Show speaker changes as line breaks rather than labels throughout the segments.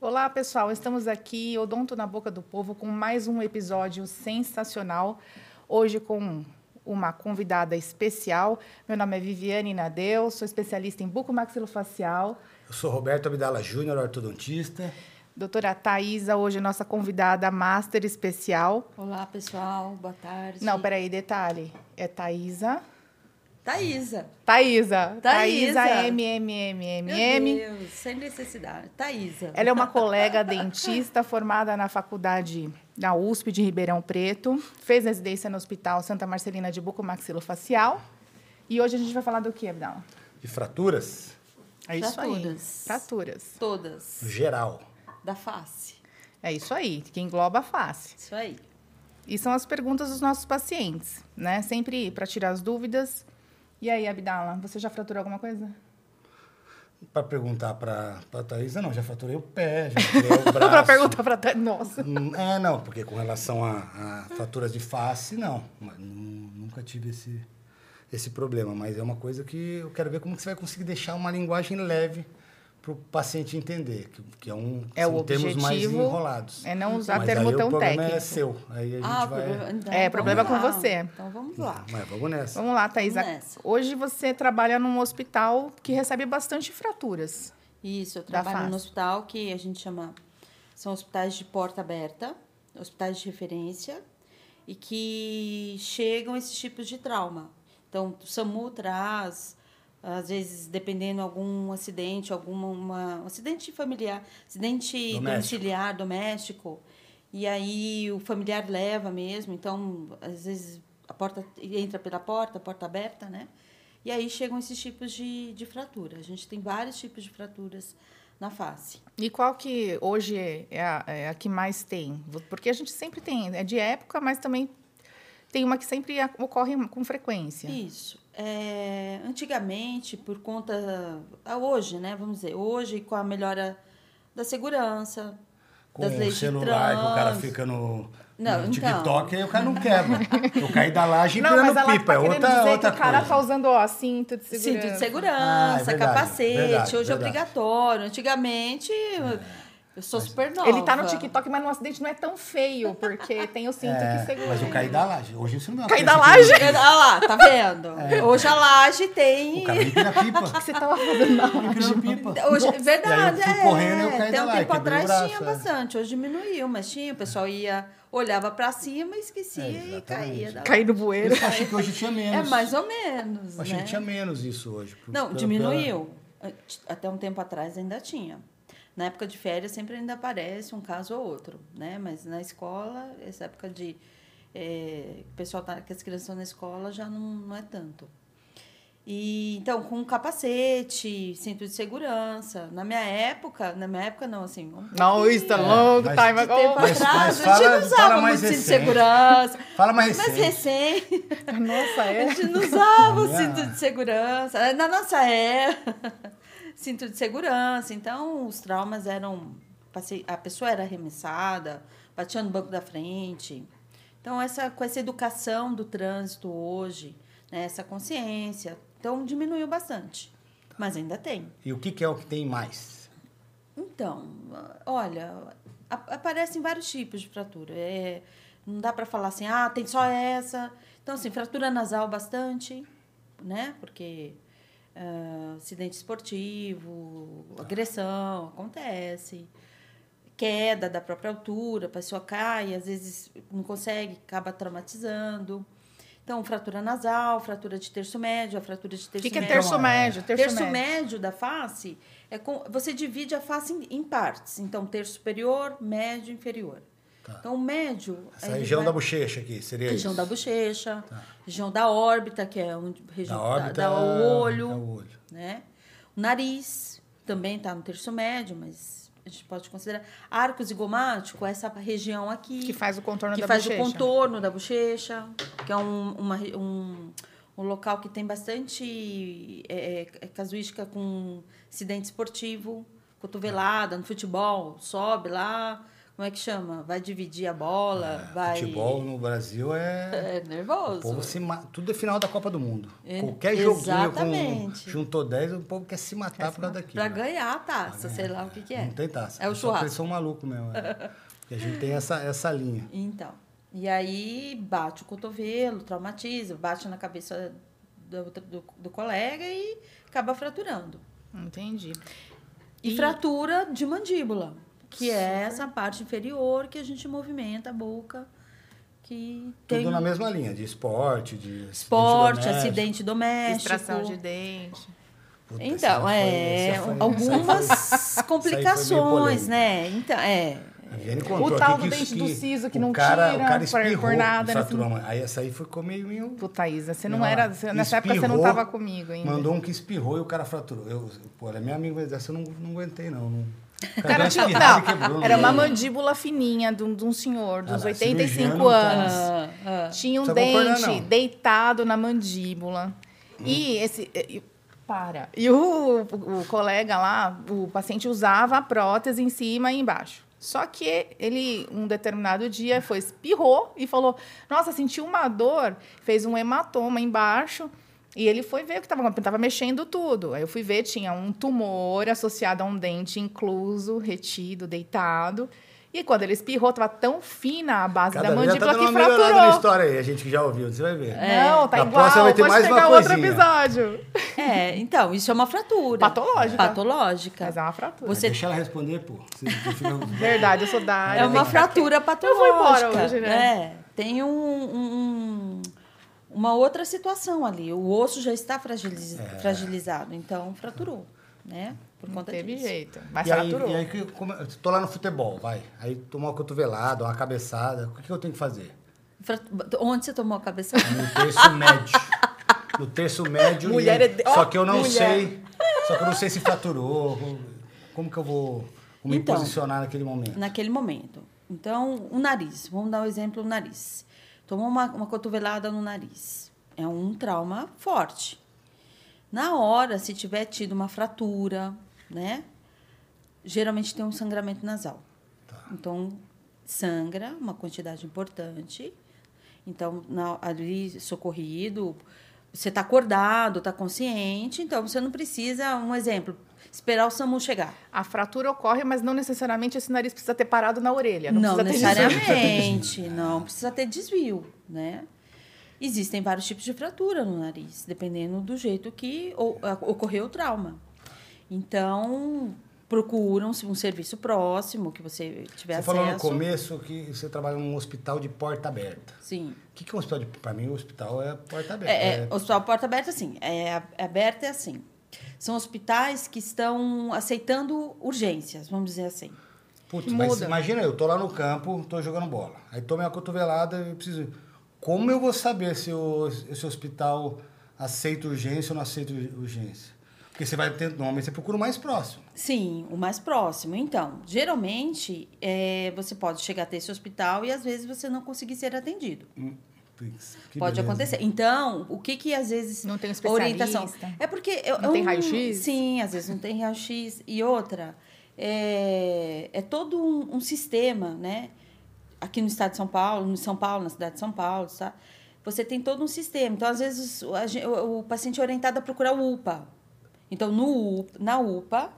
Olá, pessoal. Estamos aqui, Odonto na Boca do Povo, com mais um episódio sensacional. Hoje com uma convidada especial. Meu nome é Viviane Nadeu, sou especialista em bucomaxilofacial.
Eu sou Roberto Abdala Júnior, ortodontista.
Doutora Thaisa, hoje é nossa convidada master especial.
Olá, pessoal. Boa tarde.
Não, peraí, detalhe. É Thaisa.
Thaísa.
Thaísa.
Thaísa.
M, M, M, M,
Meu
M.
Deus, sem necessidade. Thaísa.
Ela é uma colega dentista formada na faculdade da USP de Ribeirão Preto, fez residência no Hospital Santa Marcelina de Bucomaxilofacial. E hoje a gente vai falar do que, Abdala?
De fraturas,
É
Fraturas.
Fraturas.
Todas.
no geral.
Da face.
É isso aí, que engloba a face.
Isso aí.
E são as perguntas dos nossos pacientes, né? Sempre para tirar as dúvidas. E aí, Abdala, você já fraturou alguma coisa?
Para perguntar para a Thaisa, "Ah, não, já fraturei o pé, já fraturei o braço.
Para perguntar para Thaís. Nossa.
Hum, É, não, porque com relação a, a fraturas de face, não. Mas nu- Nunca tive esse, esse problema, mas é uma coisa que eu quero ver como que você vai conseguir deixar uma linguagem leve para o paciente entender, que, que é um
É
são
o
termos mais
objetivo,
enrolados.
é não usar
mas
termo
aí
tão
o problema é
técnico.
seu. Aí a gente
Ah,
vai...
problema- então,
É,
vamos
problema com
lá.
você.
Então vamos lá.
Mas vamos nessa.
Vamos lá, Thaisa.
Vamos nessa.
Hoje você trabalha num hospital que recebe bastante fraturas.
Isso, eu
Da
trabalho
face.
no hospital que a gente chama. São hospitais de porta aberta, hospitais de referência, e que chegam esses tipos de trauma. Então, o SAMU traz, às vezes, dependendo de algum acidente, alguma, uma- um acidente familiar, acidente
Doméstico.
domiciliar, doméstico. E aí o familiar leva mesmo, então, às vezes, a porta entra pela porta, porta aberta, né? E aí chegam esses tipos de, de fratura. A gente tem vários tipos de fraturas na face.
E qual que hoje é- é a, é a que mais tem? Porque a gente sempre tem, é de época, mas também tem uma que sempre a- ocorre com frequência.
Isso. É, antigamente, por conta. ah, Hoje, né? Vamos dizer, hoje, com a melhora da segurança,
com
das
o
leis de
celular que o cara
trânsito.
fica no, no
Não, então.
TikTok, aí o cara não quebra. Eu caí da laje e
Não, mas
pirando
ela
pipa.
tá
É
querendo
outra,
dizer
outra
que o cara
coisa.
tá usando ó, cinto de segurança.
cinto de
Ah,
segurança,
é verdade,
capacete.
verdade,
hoje
verdade. É.
é obrigatório. Antigamente, eu sou super nova.
Ele tá no TikTok, mas no acidente não é tão feio, porque tem o cinto que
É,
segura.
mas eu caí da laje. Hoje você não é vai
Caí da
Olha lá, tá vendo? Hoje a laje tem.
É. O cara me pira
O que
pipa.
você tá tava fazendo na
Me pira pipa.
Hoje,
Nossa.
verdade,
E aí eu fui
é.
correndo e eu caí
Até
da
um
laje.
tempo
quebrei o
atrás
braço,
tinha
é.
bastante, hoje diminuiu, mas tinha, o pessoal ia, olhava pra cima, esquecia
É,
e
exatamente.
caía da
Caí no bueiro.
Eu achei que hoje tinha
É
menos.
mais ou menos.
Eu achei
né?
que tinha menos isso hoje. por-
Não,
pela-
diminuiu. Até um tempo atrás ainda tinha. Na época de férias sempre ainda aparece um caso ou outro, né? Mas na escola, essa época de eh, o pessoal tá, que as crianças estão na escola já não, não é tanto. E então com capacete, cinto de segurança. Na minha época, na minha época não assim. um
Não, isso é long
mas-
time
de tempo
ago.
Mas-
atrás,
mas
a gente
fala-
não usava
fala
muito
mais
cinto de
recente.
segurança.
Fala mais
Mas
recente.
recente.
Nossa,
A
é.
gente não usava
Ah.
cinto de segurança. Na nossa era, cinto de segurança. Então, os traumas eram. passe- A pessoa era arremessada, batia no banco da frente. Então, essa, com essa educação do trânsito hoje, né, essa consciência. Então, diminuiu bastante. Mas ainda tem.
E o que, que é o que tem mais?
Então, olha, a- aparecem vários tipos de fratura. É, não dá para falar assim, ah, tem só essa. Então, assim, fratura nasal bastante, né? Porque ah, acidente esportivo, agressão, acontece. Queda da própria altura, a pessoa cai, às vezes não consegue, acaba traumatizando. Então, fratura nasal, fratura de terço médio, a fratura de terço
Fica
médio.
é terço médio, terço,
Terço
médio.
médio da face é com, você divide a face em, em partes. Então, terço superior, médio, inferior. Então, o médio
Tá. Essa
ele
região
vai-
da bochecha aqui, seria
região
isso?
da bochecha, região da órbita, que é onde região
Da
da,
órbita
da- o olho,
é o olho.
né? O nariz também está no terço médio, mas a gente pode considerar arco zigomático, essa região aqui
Que faz o contorno
que
da
faz
bochecha.
o contorno da bochecha, que é um, uma re- um, um local que tem bastante é, é, casuística com acidente esportivo, cotovelada no futebol, sobe lá, Como é que chama? Vai dividir a bola,
É,
vai.
Futebol no Brasil é.
É
O povo
nervoso.
se ma... Tudo é final da Copa do Mundo.
É,
Qualquer joguinho com...
exatamente.
juntou 10, o povo quer se matar por causa daquilo.
Pra
né?
ganhar a taça, sei lá o que, que é.
Não tem taça.
É o
Só que Eles
churrasco.
são malucos mesmo. É. Porque a gente tem essa, essa linha.
Então. E aí bate o cotovelo, traumatiza, bate na cabeça do, outra- do, do colega e acaba fraturando.
Entendi.
E,
E-
fratura de mandíbula, que é essa parte inferior que a gente movimenta a boca, que tem um
Tudo na mesma linha, de esporte, de né?
esporte,
doméstico.
acidente doméstico.
Extração de dente.
Puta, essa
Então,
foi-
é,
essa foi- essa
algumas complicações, né? Então, é.
foi- A Viviane contou
tal
aqui
do
que isso-
dente do
que
siso que
o
não
cara,
tira
o cara
por- por
espirrou,
nada, né?
Faturou, uma- Aí essa aí ficou meio... meio...
Puta Isa, você não
meio
era.
lá.
você- nessa época você não
Espirrou,
estava comigo ainda.
Mandou um que espirrou e o cara fraturou. Eu, pô, era minha amiga, mas essa eu não, não aguentei, não. não... O
Cara,
deu
tinha-
uma espirrada e
não,
quebrou,
era
né?
uma mandíbula fininha de um, de um senhor, dos
Ah, lá,
85
cirurgião, então,
anos.
Ah, ah.
Tinha um
Não precisa concordar,
dente
não. Hum.
deitado na mandíbula. E esse. e- e- para. E o, o colega lá, o paciente usava a prótese em cima e embaixo. Só que ele, um determinado dia, foi, espirrou e falou: Nossa, senti uma dor, fez um hematoma embaixo. E ele foi ver o que estava tava mexendo tudo. Aí eu fui ver, tinha um tumor associado a um dente incluso, retido, deitado. E quando ele espirrou, estava tão fina a base
Cada
da
vez já
né?
tá
mandíbula
dando
que
uma melhorada na
fraturou.
história aí, a gente que já ouviu, você vai ver.
Não, tá
Na
igual.
próxima vai ter
Pode
mais uma
pegar outro
coisinha.
episódio.
É, então, isso é uma fratura.
Patológica.
Patológica.
Mas é uma fratura.
Tá. Você-
Deixa ela responder, pô. Você, você fica-
Verdade, eu sou da área.
É uma
né?
fratura patológica.
embora hoje, né?
É, tem um, um- uma outra situação ali. O osso já está fragiliz- fragilizado, então fraturou, né? Por
É. Não
conta
teve
disso.
jeito. Mas
e aí,
fraturou.
e aí que eu come- tô lá no futebol, vai. Aí tomar uma cotovelada, uma cabeçada. O que, que eu tenho que fazer?
Frat- Onde você tomou a cabeçada?
No terço médio. No terço médio.
Mulher
e-
é de- ó,
Só que eu não
mulher.
sei. Só que eu não sei se fraturou. Como que eu vou me
Então,
posicionar naquele momento?
naquele momento. Então, o nariz, vamos dar um exemplo, o nariz. Tomou uma, uma cotovelada no nariz. É um trauma forte. Na hora, se tiver tido uma fratura, né? Geralmente tem um sangramento nasal. Então, sangra uma quantidade importante. Então, na- ali, socorrido, você está acordado, está consciente. Então, você não precisa, um exemplo, esperar o SAMU chegar.
A fratura ocorre, mas não necessariamente esse nariz precisa ter parado na orelha. Não,
Não,
precisa ter
necessariamente. não precisa ter desvio, né? Existem vários tipos de fratura no nariz, dependendo do jeito que o- a- ocorreu o trauma. Então, procuram um serviço próximo que você tiver
Você
acesso.
falou no começo que você trabalha num hospital de porta aberta.
Sim.
O que, que é um hospital de. Pra mim, o hospital é porta aberta.
É,
é-
é, hospital porta aberta, sim. É, a- aberta é assim. São hospitais que estão aceitando urgências, vamos dizer assim.
Putz, mas
Muda.
imagina eu, tô lá no campo, tô jogando bola. Aí tomei uma cotovelada e preciso. ir. Como eu vou saber se o, se o hospital aceita urgência ou não aceita urgência? Porque você vai ter nome, você procura o mais próximo.
Sim, o mais próximo. Então, geralmente, é, você pode chegar até esse hospital e às vezes você não conseguir ser atendido.
Hum, putz, que
pode
beleza.
acontecer. Então, o que que às vezes.
Não tem um
a
especialista?
É porque. é-
Não
é
tem
um-
raio-x?
Sim, às vezes não tem raio-x. E outra, é, é todo um, um sistema, né? Aqui no estado de São Paulo, no São Paulo, na cidade de São Paulo, tá? Você tem todo um sistema. Então, às vezes, o, a gen- o- o paciente é orientado a procurar o UPA. Então, no, UPA na UPA,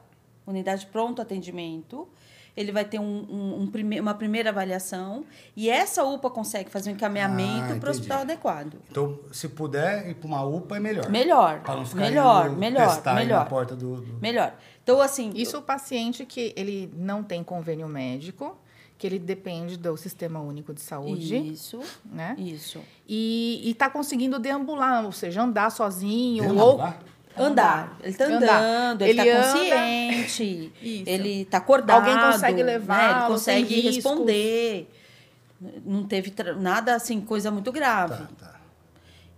unidade de pronto atendimento, ele vai ter um- um- um prime- uma primeira avaliação e essa UPA consegue fazer um encaminhamento
Ah,
para o hospital
entendi.
adequado.
Então, se puder ir pra uma UPA é melhor.
Melhor,
Pra não ficar
melhor,
indo
melhor,
testar aí na
melhor,
porta do. do-
melhor. Então, assim,
Isso o paciente que ele não tem convênio médico, que ele depende do Sistema Único de Saúde,
isso,
né?
isso.
E, e tá conseguindo deambular, ou seja, andar sozinho,
um
Deu
ou
lá?
Andar, ele tá
Andar.
andando, ele,
Ele
tá
anda.
consciente,
Isso.
ele tá acordado.
Alguém consegue
né?
levá-lo,
Ele consegue
sem riscos.
responder. Não teve tra- nada, assim, coisa muito grave.
Tá, tá.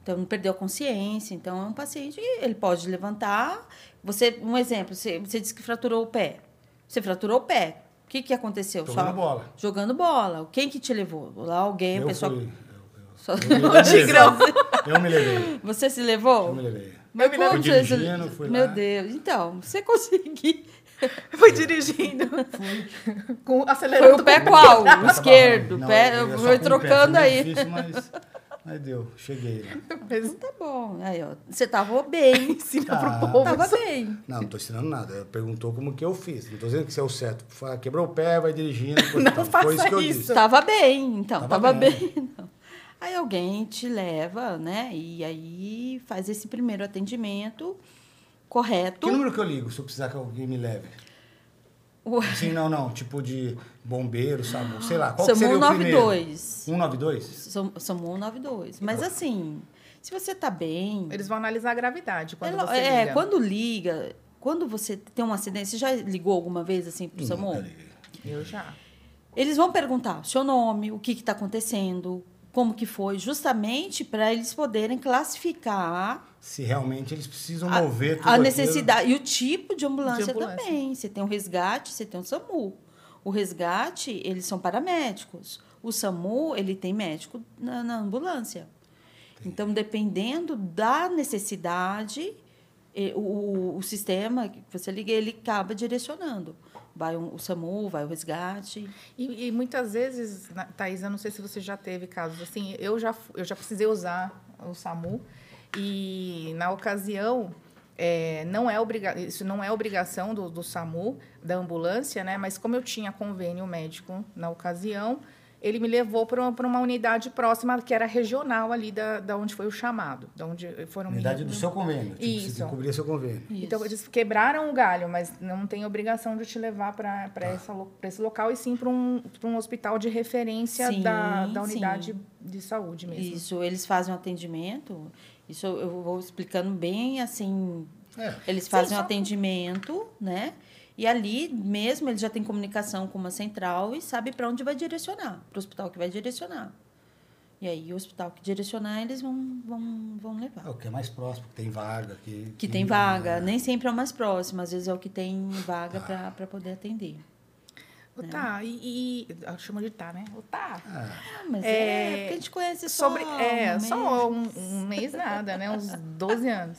Então não perdeu a consciência. Então é um paciente que ele pode levantar. Você, um exemplo, você, você disse que fraturou o pé. Você fraturou o pé. O que, que aconteceu?
Jogando bola.
Jogando bola. Quem que te levou? Lá alguém,
Eu
o um pessoal.
fui-
Só-
eu- eu-
O Tigrão.
Eu me levei.
Você se
Eu
levou?
me levei.
Mas
lembro.
como
Fui
você se-
dirigindo, fui
Meu
lá.
Deus. Então, você conseguiu.
Foi dirigindo. Foi. Com,
Foi
acelerando.
o pé qual?
Eu
O
tava
esquerdo.
ruim. Não,
pé,
eu ia só com
foi
o pé,
trocando
foi meio
aí.
Difícil, mas, mas deu, cheguei lá.
com- Mas
Tá bom. Aí, ó. Você tava bem.
em cima
Tá.
pro povo.
Tava bem.
Não, não tô ensinando nada. Ela perguntou como que eu fiz. Não tô dizendo que isso é o certo. Fala, Quebrou o pé, vai dirigindo. coisa e
Não
tal.
faça
Foi isso que eu
isso.
disse.
Tava bem, então. Tava,
Tava
bem.
bem.
não. Aí alguém te leva, né? E aí faz esse primeiro atendimento correto.
Que número que eu ligo se eu precisar que alguém me leve?
O-
Sim, não, não. Tipo de bombeiro, sabe? Sei lá. Qual que
São
seria o primeiro?
192.
192?
São, são 192.
Então.
Mas assim, se você tá bem.
Eles vão analisar a gravidade quando
Ela-
você
é,
liga. né?
quando liga, quando você tem um acidente, você já ligou alguma vez assim pro SAMU?
Nunca liguei.
Eu já.
Eles vão perguntar o seu nome, o que está acontecendo, como que foi, justamente para eles poderem classificar
Se realmente eles precisam
a,
mover tudo
a
aquilo.
necessidade e o tipo de ambulância,
De ambulância.
também. Você tem o resgate, você tem o SAMU. O resgate, eles são paramédicos. O SAMU, ele tem médico na, na ambulância. Então, dependendo da necessidade, eh, o- o, o sistema que você liga, ele acaba direcionando. Vai um- o SAMU, vai o resgate.
E, e muitas vezes, na- Thaís, eu não sei se você já teve casos assim, eu já, fu- eu já precisei usar o SAMU e, na ocasião, é, não é obriga isso não é obrigação do, do SAMU, da ambulância, né? Mas como eu tinha convênio médico na ocasião, ele me levou para uma, pra uma unidade próxima, que era regional ali da, da onde foi o chamado, da onde foram me-
Unidade do seu convênio. Tipo,
Isso.
se cobrir seu convênio.
então, eles quebraram o galho, mas não tem obrigação de te levar para
Ah.
esse local, e sim para um, pra um hospital de referência
Sim,
da, da
sim.
unidade de saúde mesmo.
Isso, eles fazem um atendimento. Isso eu- eu vou explicando bem assim.
É.
Eles
Sim,
fazem um
só-
atendimento, né? E ali mesmo ele já tem comunicação com uma central e sabe para onde vai direcionar, para o hospital que vai direcionar. E aí o hospital que direcionar, eles vão, vão, vão levar.
É o que é mais próximo, que tem vaga. Que,
Que tem vaga, nem sempre é o mais próximo, às vezes é o que tem vaga para poder atender. é.
O Tá, e. e ah, chama de tá, né? O tá.
Ah,
Ah, mas é,
É,
porque a gente conhece só
sobre é
um
só um,
mês.
um mês nada né uns 12 anos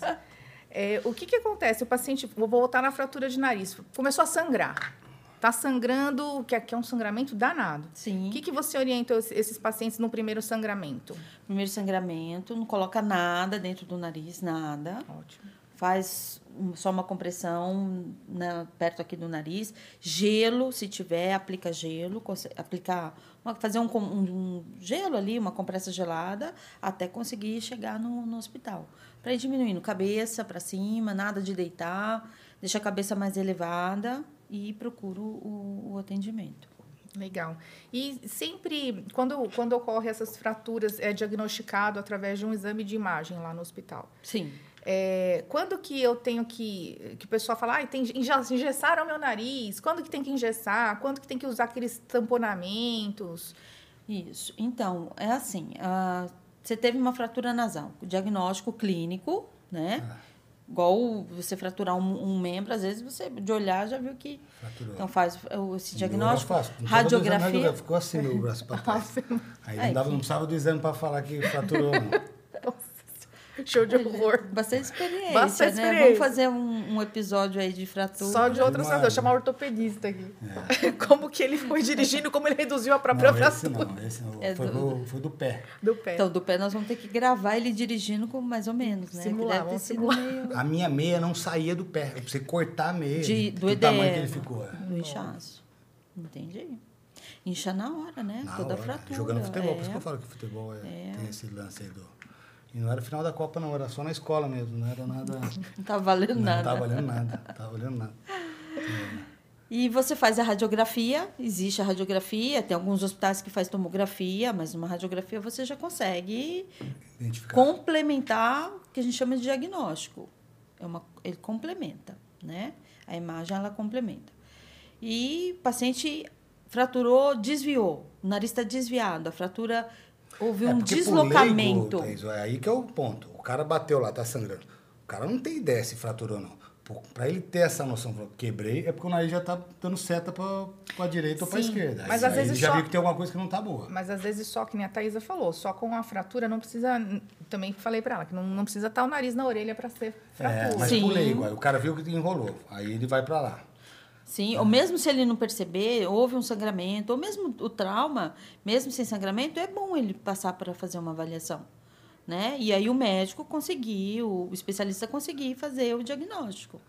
É, o que que acontece o paciente vou voltar na fratura de nariz começou a sangrar tá sangrando o que aqui é um sangramento danado
Sim.
o que que você orienta es- esses pacientes no primeiro sangramento
Primeiro sangramento, não coloca nada dentro do nariz, nada.
ótimo
Faz um- só uma compressão na- perto aqui do nariz. Gelo, se tiver, aplica gelo. conse- Aplicar, uma- fazer um, com- um- um gelo ali, uma compressa gelada, até conseguir chegar no, no hospital. Para ir diminuindo, cabeça para cima, nada de deitar. Deixa a cabeça mais elevada e procura o, o atendimento.
Legal. E sempre, quando, quando ocorre essas fraturas, é diagnosticado através de um exame de imagem lá no hospital.
Sim.
É, quando que eu tenho que. Que o pessoal fala, ah, tem, inje- engessaram meu nariz, quando que tem que engessar? Quando que tem que usar aqueles tamponamentos?
Isso. Então, é assim, ah, você teve uma fratura nasal, o diagnóstico clínico, né?
É.
Igual você fraturar um, um membro, às vezes você de olhar já viu que
fraturou.
então faz o- esse diagnóstico,
Eu faço, com toda a lesão na
radiografia. é
radiografia, Ficou assim meu braço pra trás. Aí não, dava, não precisava do exame pra falar que fraturou. não.
Show de horror.
Bastante experiência,
Bastante
né? Vamos
experiência.
fazer um, um episódio aí de fratura.
Só de outras
Imagem. É.
fraturas, chamar o ortopedista aqui. Como que ele foi dirigindo, como ele reduziu a própria
Não, esse
fratura
não, esse não.
É
foi,
do-
do... foi do pé.
do pé.
Então, do pé nós vamos ter que gravar ele dirigindo com mais ou menos, né? Que
Simular,
deve ter
vamos
sido
simular.
meio
A minha meia não saía do pé. Eu precisei cortar a meia.
De- do
do tamanho que ele
edema.
ficou. é.
do um inchaço. Entendi. Incha na hora, né?
Na
Toda
hora,
fratura.
Jogando futebol.
é.
Por isso que eu falo que futebol é- tem esse lance aí do... E não era final da Copa, não. Era só na escola mesmo. Não era nada...
Não tá valendo
Não,
nada.
tava olhando nada. Tava olhando nada.
E você faz a radiografia, existe a radiografia, tem alguns hospitais que faz tomografia, mas numa radiografia você já consegue
Identificar.
complementar o que a gente chama de diagnóstico. É uma, ele complementa, né? A imagem ela complementa. E paciente fraturou, desviou, o nariz está desviado, a fratura houve
É,
um
porque pro
deslocamento.
leigo, Thaís, é aí que é o ponto. O cara bateu lá, tá sangrando. O cara não tem ideia se fraturou ou não. Pô, Pra ele ter essa noção, falou, quebrei, é porque o nariz já tá dando seta pra, pra direita ou pra
Sim,
esquerda.
mas
aí,
às
aí
vezes
ele já
só-
viu que tem alguma coisa que não tá boa.
Mas às vezes só, que nem a Thaisa falou, só com a fratura não precisa. Também falei pra ela que não, não precisa estar o nariz na orelha pra ser
É,
fratura.
mas
Sim.
pro leigo, aí o cara viu que enrolou. Aí ele vai pra lá.
Sim, ou mesmo se ele não perceber, houve um sangramento, ou mesmo o trauma, mesmo sem sangramento, é bom ele passar para fazer uma avaliação. Né? E aí o médico conseguiu, o especialista conseguir fazer o diagnóstico.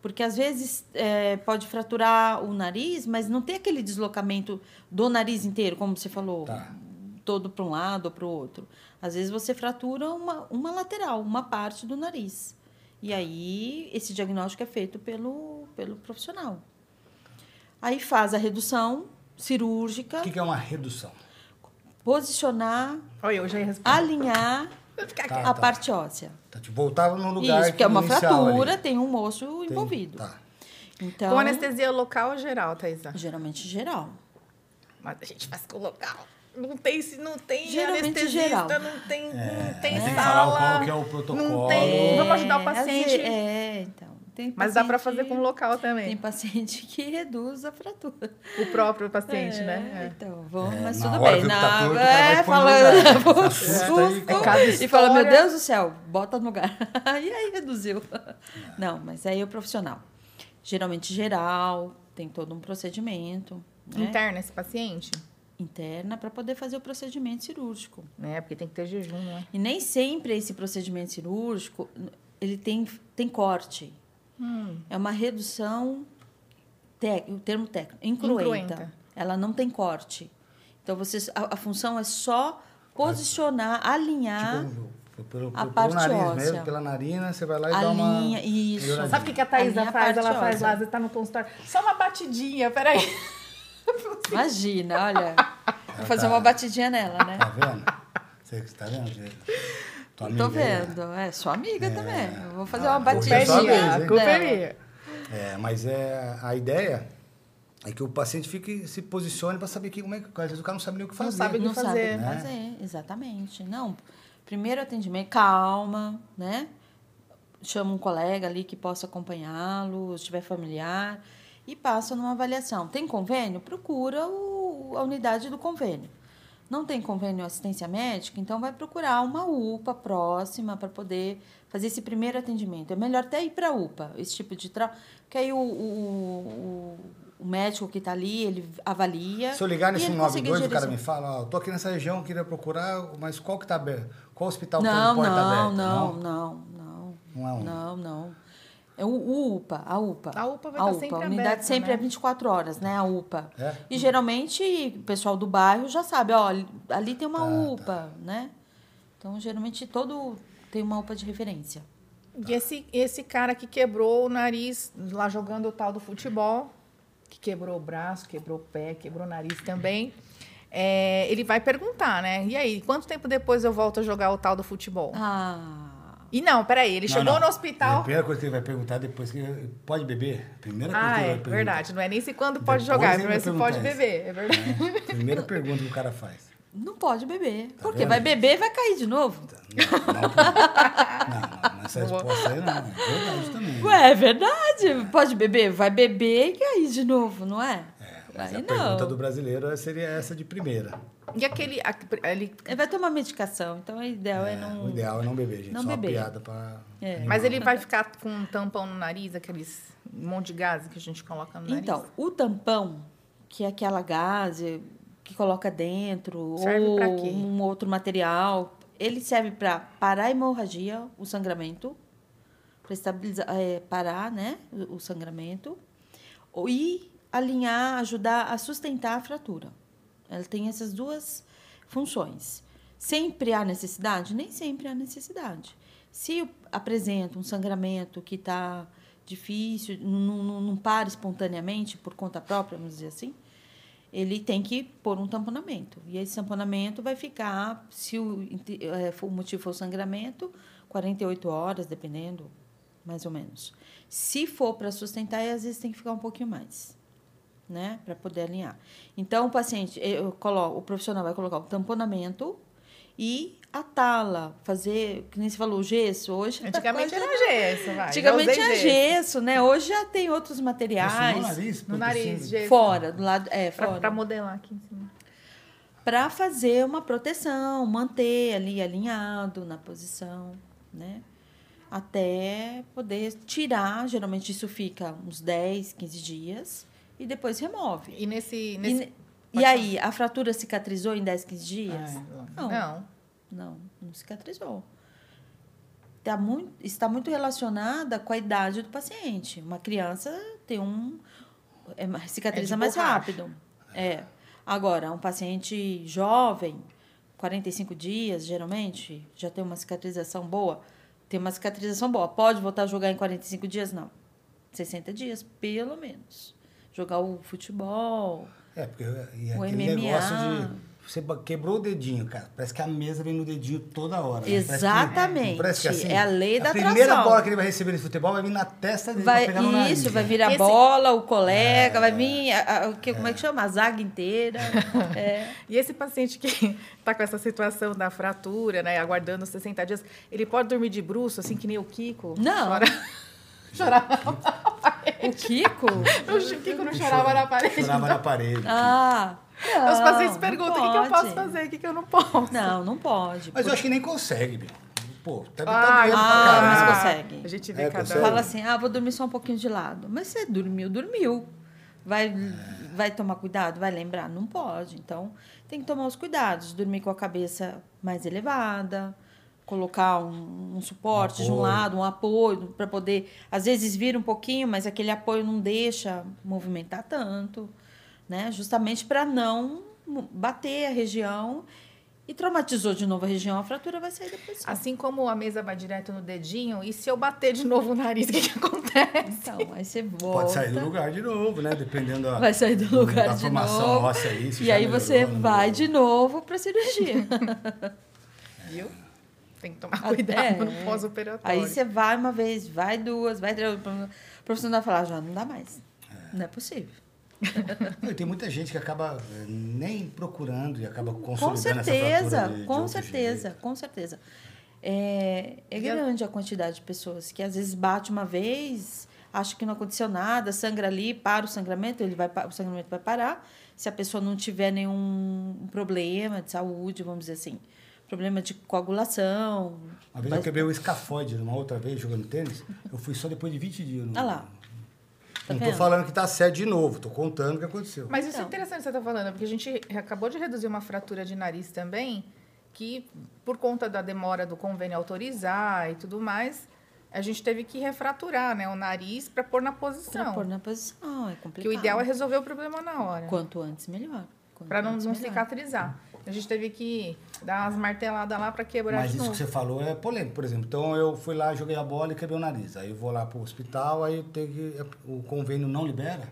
Porque às vezes é, pode fraturar o nariz, mas não tem aquele deslocamento do nariz inteiro, como você falou,
Tá.
todo para um lado ou para o outro. Às vezes você fratura uma, uma lateral, uma parte do nariz. E aí esse diagnóstico é feito pelo, pelo profissional. Aí faz a redução cirúrgica,
O que, que é uma redução?
posicionar,
Olha, eu já ia responder.
Ah, alinhar
aqui.
a
Tá, tá.
parte óssea.
Tá, tipo, voltava no lugar
Isso, porque é uma
inicial ali.
fratura, tem um osso
Tem-
envolvido.
Tá.
Então,
Com anestesia local ou geral, Thaisa?
geralmente geral.
Mas a gente faz com local. Não tem, se- não tem
Geralmente
anestesista,
geral.
não tem, não tem
É, tem que
sala.
falar qual que é o protocolo.
Não tem. Vamos ajudar o
É, às
paciente.
vezes- É, então. Tem
Mas dá para
paciente-
fazer com local
Tem
também.
paciente que reduz a fratura.
O próprio paciente, né? É.
Então, vamos, mas
na
tudo
hora
bem.
viu que tá
Na-
torto, o cara vai
é,
pôr no
falando.
lugar.
pô,
Assusta e-
susto,
é
cada
e fala, meu
história.
Deus do céu, bota no lugar. e aí reduziu. Não, mas aí é o profissional. Geralmente geral, tem todo um procedimento. né?
Interna esse paciente?
Interna para poder fazer o procedimento cirúrgico.
Né? Porque tem que ter jejum, né?
E nem sempre esse procedimento cirúrgico ele tem, tem corte.
Hum.
É uma redução, tec- o termo técnico, incruenta.
Incruenta.
Ela não tem corte. Então, você, a, a função é só posicionar, alinhar
Tipo, pelo, pelo,
A
pelo
parte
nariz
óssea.
mesmo, pela narina, você vai lá e
a
dá uma...
linha. Isso.
melhoradinha.
Sabe o que, que a
A
Thaisa
minha
faz? Ela
parte
faz lá,
óssea.
você tá no consultório. Só uma batidinha, peraí.
Imagina, olha. Vou fazer uma batidinha nela, né?
Tá vendo? Você que tá vendo? gente? Tua
Tô
amiga aí, né?
vendo. É, sua amiga também. Eu vou fazer
Ah,
uma
a culpa é
batidinha.
sua
Cooperia,
vez, hein?
dela.
cooperia.
É, mas é, a ideia é que o paciente fique, se posicione para saber que, como é que... Às vezes o cara não sabe nem o que fazer.
sabe
não sabe
fazer,
o que
né?
fazer, exatamente. Não, primeiro atendimento, calma, né? Chama um colega ali que possa acompanhá-lo, se tiver familiar, e passa numa avaliação. Tem convênio? Procura o- a unidade do convênio. Não tem convênio assistência médica, então vai procurar uma UPA próxima para poder fazer esse primeiro atendimento. É melhor até ir para a UPA, esse tipo de trauma, porque aí o, o- o- o médico que está ali, ele avalia.
Se eu ligar
e
nesse
ele
192,
consegue
o cara
direcionar.
me fala, ó, tô aqui nessa região, queria procurar, mas qual que tá aberto? Qual hospital que tá
Não,
de porta
não,
aberta?
não, não, não.
Não é um.
Não, não. É o- o UPA, a UPA.
A UPA vai tá sempre
A unidade
aberta,
sempre
né?
é 24 horas, né? A UPA.
É?
E geralmente o pessoal do bairro já sabe, ó, ali- ali tem
Ah,
uma
tá.
UPA, né? Então, geralmente todo tem uma UPA de referência.
E esse, esse cara que quebrou o nariz lá jogando o tal do futebol, que quebrou o braço, quebrou o pé, quebrou o nariz também, é, ele vai perguntar, né? E aí, quanto tempo depois eu volto a jogar o tal do futebol?
Ah,
E não, peraí, ele
Não,
chegou
não.
no
A
hospital.
primeira coisa que ele vai perguntar depois que pode beber? Primeira coisa
Ah,
que ele
é
vai perguntar.
verdade. Não é nem se quando pode
Depois
jogar, é
ele vai
primeiro se
perguntar
pode
isso.
beber. É verdade.
É, primeira pergunta que o cara faz.
não pode beber. Por quê?
Tá vendo?
Vai beber e vai cair de novo.
Não, não, não, não, essa
Não vou.
resposta aí não. É verdade também.
Ué, é verdade. Pode beber, vai beber e cair de novo, não é?
É, mas
Aí
a pergunta do brasileiro seria essa de primeira.
E aquele. aque- Ele,
Ele vai tomar medicação, então o ideal é, não.
O ideal é não beber, gente.
não
Só
beber.
uma piada pra.
É.
mas ele vai ficar com um tampão no nariz, aqueles um monte de gás que a gente coloca no nariz.
Então, o tampão, que é aquela gase que coloca dentro,
Serve
ou
pra quê?
um outro material, ele serve para parar a hemorragia, o sangramento, para estabilizar, é, parar, né, o, o sangramento, ou- e alinhar, ajudar a sustentar a fratura. Ela tem essas duas funções. Sempre há necessidade? Nem sempre há necessidade. Se o- apresenta um sangramento que está difícil, não, não, não para espontaneamente por conta própria, vamos dizer assim, ele tem que pôr um tamponamento. E esse tamponamento vai ficar, se o, inte- eh, for- o motivo for sangramento, 48 horas, dependendo, mais ou menos. Se for para sustentar, aí às vezes tem que ficar um pouquinho mais né, para poder alinhar. Então o paciente, eu coloco, o profissional vai colocar o tamponamento e a tala, fazer, que nem você falou, o gesso hoje.
Antigamente
quase-
era gesso, vai.
Antigamente
já
tinha
usei
gesso, né? Hoje já tem outros
Isso no
materiais.
nariz? é assim,
No
por
nariz,
cima?
gesso.
Fora, do lado, é,
Pra,
fora.
pra modelar aqui em cima.
para fazer uma proteção, manter ali alinhado na posição, né? até poder tirar. Geralmente isso fica uns 10, 15 dias e depois remove.
E nesse.
E,
nesse...
ne-
pode
e aí, a fratura cicatrizou em 10, 15 dias?
Ah,
Não.
não.
Não, não cicatrizou. Tá muito, está muito relacionada com a idade do paciente. Uma criança tem um. É, mais- cicatriza mais
borracha.
rápido. É. Agora, um paciente jovem, 45 dias, geralmente, já tem uma cicatrização boa. Tem uma cicatrização boa. Pode voltar a jogar em 45 dias? Não. 60 dias, pelo menos. Jogar o futebol.
É, porque e
O
aquele
MMA.
negócio de. Você ba- quebrou o dedinho, cara. Parece que a mesa vem no dedinho toda hora. né? Parece que-
Exatamente.
não parece que assim,
É a lei da
A primeira
atração.
bola que ele vai receber de futebol vai vir na testa dele
Vai,
pra pegar no tá nariz. né?
isso, vai vir a
Esse-
bola, o colega, vai vir. a- a- o que, Como é que chama? A zaga inteira. É.
E esse paciente que está com essa situação da fratura, né, aguardando os 60 dias, ele pode dormir de bruxo, assim que nem o Kiko?
Não.
Chora... Chorava.
O Kiko?
O Kiko não chorava na parede.
Chorava na parede.
Ah. Não,
Os pacientes
não
perguntam: o que, que eu posso
pode.
fazer? O que, que eu não posso?
Não, não pode.
Mas eu acho que nem consegue, Bia. Pô, tá, tá
Ah,
doendo
ah,
pra caralho.
mas consegue.
A gente vê
É,
cada
consegue.
Fala assim, ah, vou dormir só um pouquinho de lado. Mas você dormiu, dormiu. Vai, vai tomar cuidado, vai lembrar? Não pode. Então, tem que tomar os cuidados. Dormir com a cabeça mais elevada, colocar um, um suporte
Um
de um
apoio.
lado, um apoio, para poder. Às vezes vira um pouquinho, mas aquele apoio não deixa movimentar tanto, né? Justamente para não bater a região. E traumatizou de novo a região, a fratura vai sair depois.
Ah,
Assim como a mesa vai direto no dedinho, e se eu bater de novo o nariz, o que, que acontece?
Então, aí você volta.
Pode sair do lugar de novo, né? Dependendo da,
Vai sair do lugar
da
de
formação
novo.
óssea ali. se
E
já
aí
melhorou, né?
você
não
vai
melhorou.
de novo para cirurgia.
Viu? Tem que tomar
Até- é.
cuidado no pós-operatório.
Ah, aí você vai uma vez, vai duas, vai três. O profissional vai falar, já não dá mais. Não é possível.
Não, e Tem muita gente que acaba eh, nem procurando e acaba
Com
consolidando essa
certeza,
fratura de- de
com
outro
certeza,
jeito.
com certeza. É, é
E a-
grande a quantidade de pessoas que às vezes bate uma vez, acha que não aconteceu nada, sangra ali, para o sangramento, ele vai, pa- o sangramento vai parar. Se a pessoa não tiver nenhum problema de saúde, vamos dizer assim, problema de coagulação.
Uma vez eu quebrei o escafóide, uma outra vez jogando tênis, eu fui só depois de 20 dias. Não,
Olha Ah lá. Tá
não tô
vendo?
falando que tá certo de novo, tô contando o que aconteceu.
Mas isso é
Então.
interessante que você está falando, porque a gente acabou de reduzir uma fratura de nariz também, que por conta da demora do convênio autorizar e tudo mais, a gente teve que refraturar né, o nariz para pôr na
Pra
posição.
pôr na posição, é complicado.
Porque o ideal é resolver o problema na hora,
Quanto antes, melhor. Quanto
para não,
antes,
não
melhor.
cicatrizar. A gente teve que dar umas marteladas lá para quebrar
Mas
de
isso
novo.
que você falou é polêmico, por exemplo. Então eu fui lá, joguei a bola e quebrei o nariz. Aí eu vou lá pro hospital, aí eu tenho que. é, O convênio não libera?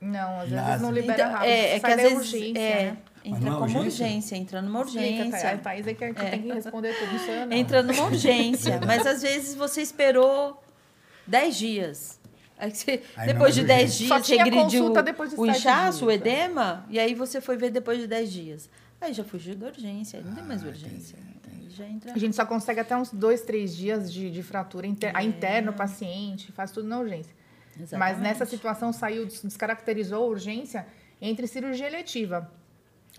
Não, às
Nas-
vezes não libera
Então,
rápido.
É, é que
sai
às
da
vezes
urgência,
é,
né?
Mas
entra
não é
como
urgência?
urgência, entra numa
Explica, Thaís.
urgência.
A Thaís é que, que tem que responder tudo isso. é eu não.
Entra numa urgência, mas às vezes você esperou 10 dias. Aí você-
Aí não
depois
é
de 10
urgência. Só
dias, você
tinha
agrediu
consulta depois de
o
sete
inchaço, o
dias, né?
edema, e aí você foi ver depois de 10 dias. Aí já fugiu da urgência, aí não tem mais
Ah,
urgência. Aí já entra.
A gente só consegue até uns dois, três dias de, de fratura inter, a interna, o paciente, faz tudo na urgência. Mas nessa
É. Exatamente.
situação saiu, des- descaracterizou a urgência entre cirurgia eletiva.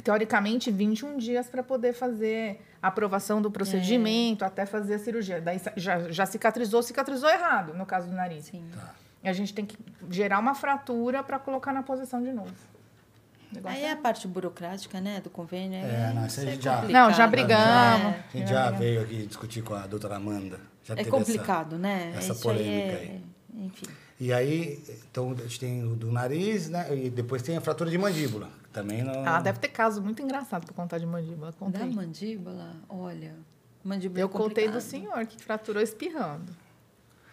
Teoricamente, 21 dias para poder fazer a aprovação do procedimento,
É.
até fazer a cirurgia. Daí sa- já, já cicatrizou, cicatrizou errado, no caso do nariz.
Sim.
Tá.
E a gente tem que gerar uma fratura para colocar na posição de novo. O negócio
Aí é a parte burocrática, né, do convênio.
É, não, isso aí já-
Não, já
complicado.
brigamos.
É.
A gente já veio aqui discutir com a doutora Amanda. Já
É
teve
complicado, né?
essa
Isso aí
polêmica
é-
aí.
Enfim.
Essa... E aí, então a gente tem o do nariz, né? E depois tem a fratura de mandíbula. que Também não.
Ah, deve ter caso muito engraçado para contar de mandíbula. Conta
Da
aí.
mandíbula, olha. Mandíbula
Eu
é
contei do
complicado.
senhor que fraturou espirrando.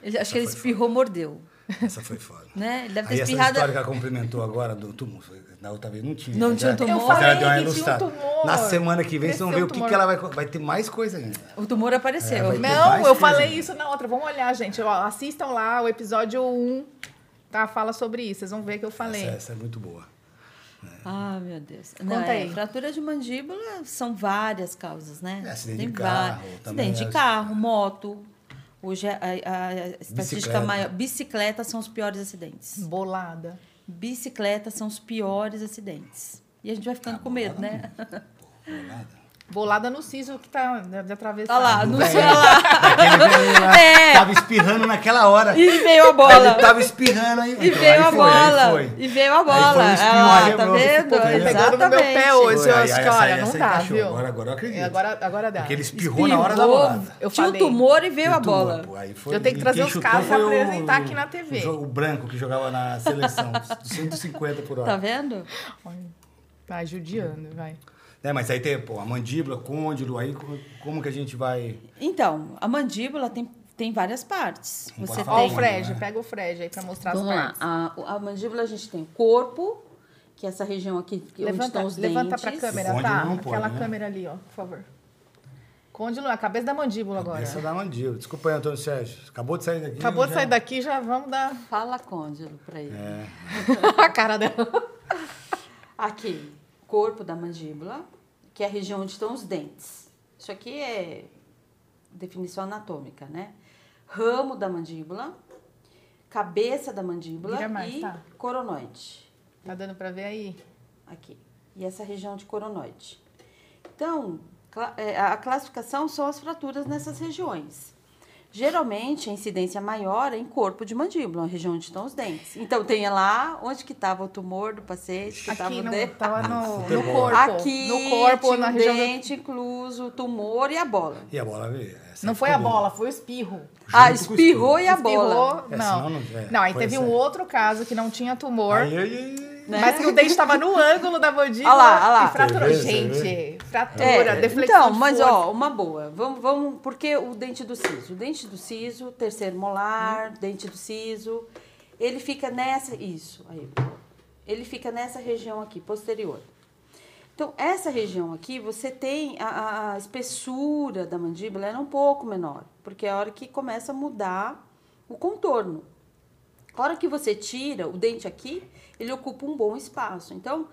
Ele- acho que ele
foi
espirrou, mordeu.
Essa foi foda.
Né? Ele deve ter
Aí essa
espirrado.
história que ela cumprimentou agora do tumor, na outra vez não tinha.
Não
né?
tinha
Já-
tumor.
Mas
Eu
ela
falei
deu uma
que tinha um
ilustrada.
tumor.
Na semana que vem vocês vão ver
um
Cresceu
o que,
tumor.
que ela vai. co- Vai ter mais coisa ainda.
O tumor apareceu.
É, vai ter-
Não,
mais
eu
coisa.
falei isso na outra. Vamos olhar, gente. Ó, assistam lá o episódio 1. Tá, fala sobre isso. Vocês vão ver que eu falei.
Essa, essa é muito boa.
Ah, meu Deus. Conta
Conta aí.
fratura de mandíbula são várias causas, né?
É, acidente
Tem
de carro,
várias.
também
Acidente de
as-
carro, moto. Hoje a, a- a estatística
Bicicleta.
maior. Bicicleta são os piores acidentes.
Bolada.
Tá
Bicicleta são os piores acidentes. E a gente vai ficando com medo, né?
é Pô, bolada.
Bolada no siso que tá de de atravessar.
Olha lá,
do
não
velho.
sei lá.
Aquele velho lá
É.
Tava espirrando naquela hora.
E veio a bola.
Ele tava espirrando aí.
E
então,
veio
aí
a
foi, aí
bola.
foi.
E veio a
Aí foi um
bola.
espinho,
Ela,
aí
tá
eu fiquei,
vendo?
pô, tá
pegando no meu pé
Exatamente.
hoje. eu acho que,
essa
olha,
aí,
não
essa aí
dá,
encaixou.
viu?
Agora, agora eu acredito.
É, Agora, agora dá.
Porque ele espirrou, na hora da
Espirrou,
bolada.
Eu
Tinha um
falei.
tumor e veio a
Chutou,
bola.
pô, aí foi-
Eu tenho que
e
trazer
quem
os
chutou
caras pra
foi o-
apresentar aqui na TV.
O, jo- o branco que jogava na seleção, 150 por
Tá
hora.
vendo?
Olha, Tá judiando, vai.
Né, mas aí tem pô, a mandíbula, côndilo, aí co- como que a gente vai...
Então, a mandíbula tem, tem várias partes.
Não
Você
pode
Ó,
falar
o
tem.
muito.
Fred,
né?
pega o Fred aí pra mostrar
Vamos
as
lá.
partes.
A, a mandíbula a gente tem o corpo, que é essa região aqui que- onde
Levanta,
estão os
levanta
dentes.
pra câmera,
Côndilo
tá?
não pode,
Aquela
né?
câmera ali, ó, por favor. Côndilo, a cabeça da mandíbula agora.
Essa é da mandíbula. Desculpa aí, Antônio Sérgio. Acabou de sair daqui.
Acabou de
já-
sair daqui, já vamos dar
Fala côndilo pra ele.
É.
a cara dela.
Aqui, corpo da mandíbula, que é a região onde estão os dentes. Isso aqui é definição anatômica, né? Ramo da mandíbula, cabeça da mandíbula
Vira mais,
e
tá.
coronoide.
Tá dando pra ver aí?
aqui. E essa região de coronoide. Então, cla- é, a a classificação são as fraturas nessas regiões. Geralmente, a incidência maior é em corpo de mandíbula, a região onde estão os dentes. Então, tem lá onde que estava o tumor do paciente, que estava
Aqui
o
no,
dente.
tava no,
Super
no
bom.
corpo.
Aqui,
no corpo,
tinha
na
o
região do...
dente incluso, o tumor e a bola.
E a bola veio. Essa
Não foi a
ficou boa.
bola, foi o espirro.
Junto
Ah,
com o
espirrou e a bola.
Espirrou,
É,
não.
senão não- é,
não, aí
foi
teve
essa
um
aí.
outro caso que não tinha tumor,
Aí, aí, aí.
né?
mas que o dente tava no ângulo da mandíbula.
Ah lá, ah lá.
E fraturou.
Você vê, você
Gente, fratura,
É,
deflexão
então,
de
mas
força.
ó, uma boa. Vamos, vamos, porque o dente do siso, o dente do siso, terceiro molar,
Hum.
dente do siso, ele fica nessa isso aí. Ele fica nessa região aqui, posterior. Então, essa região aqui, você tem a- a, a espessura da mandíbula era um pouco menor, porque é a hora que começa a mudar o contorno. A hora que você tira o dente aqui, ele ocupa um bom espaço. Então,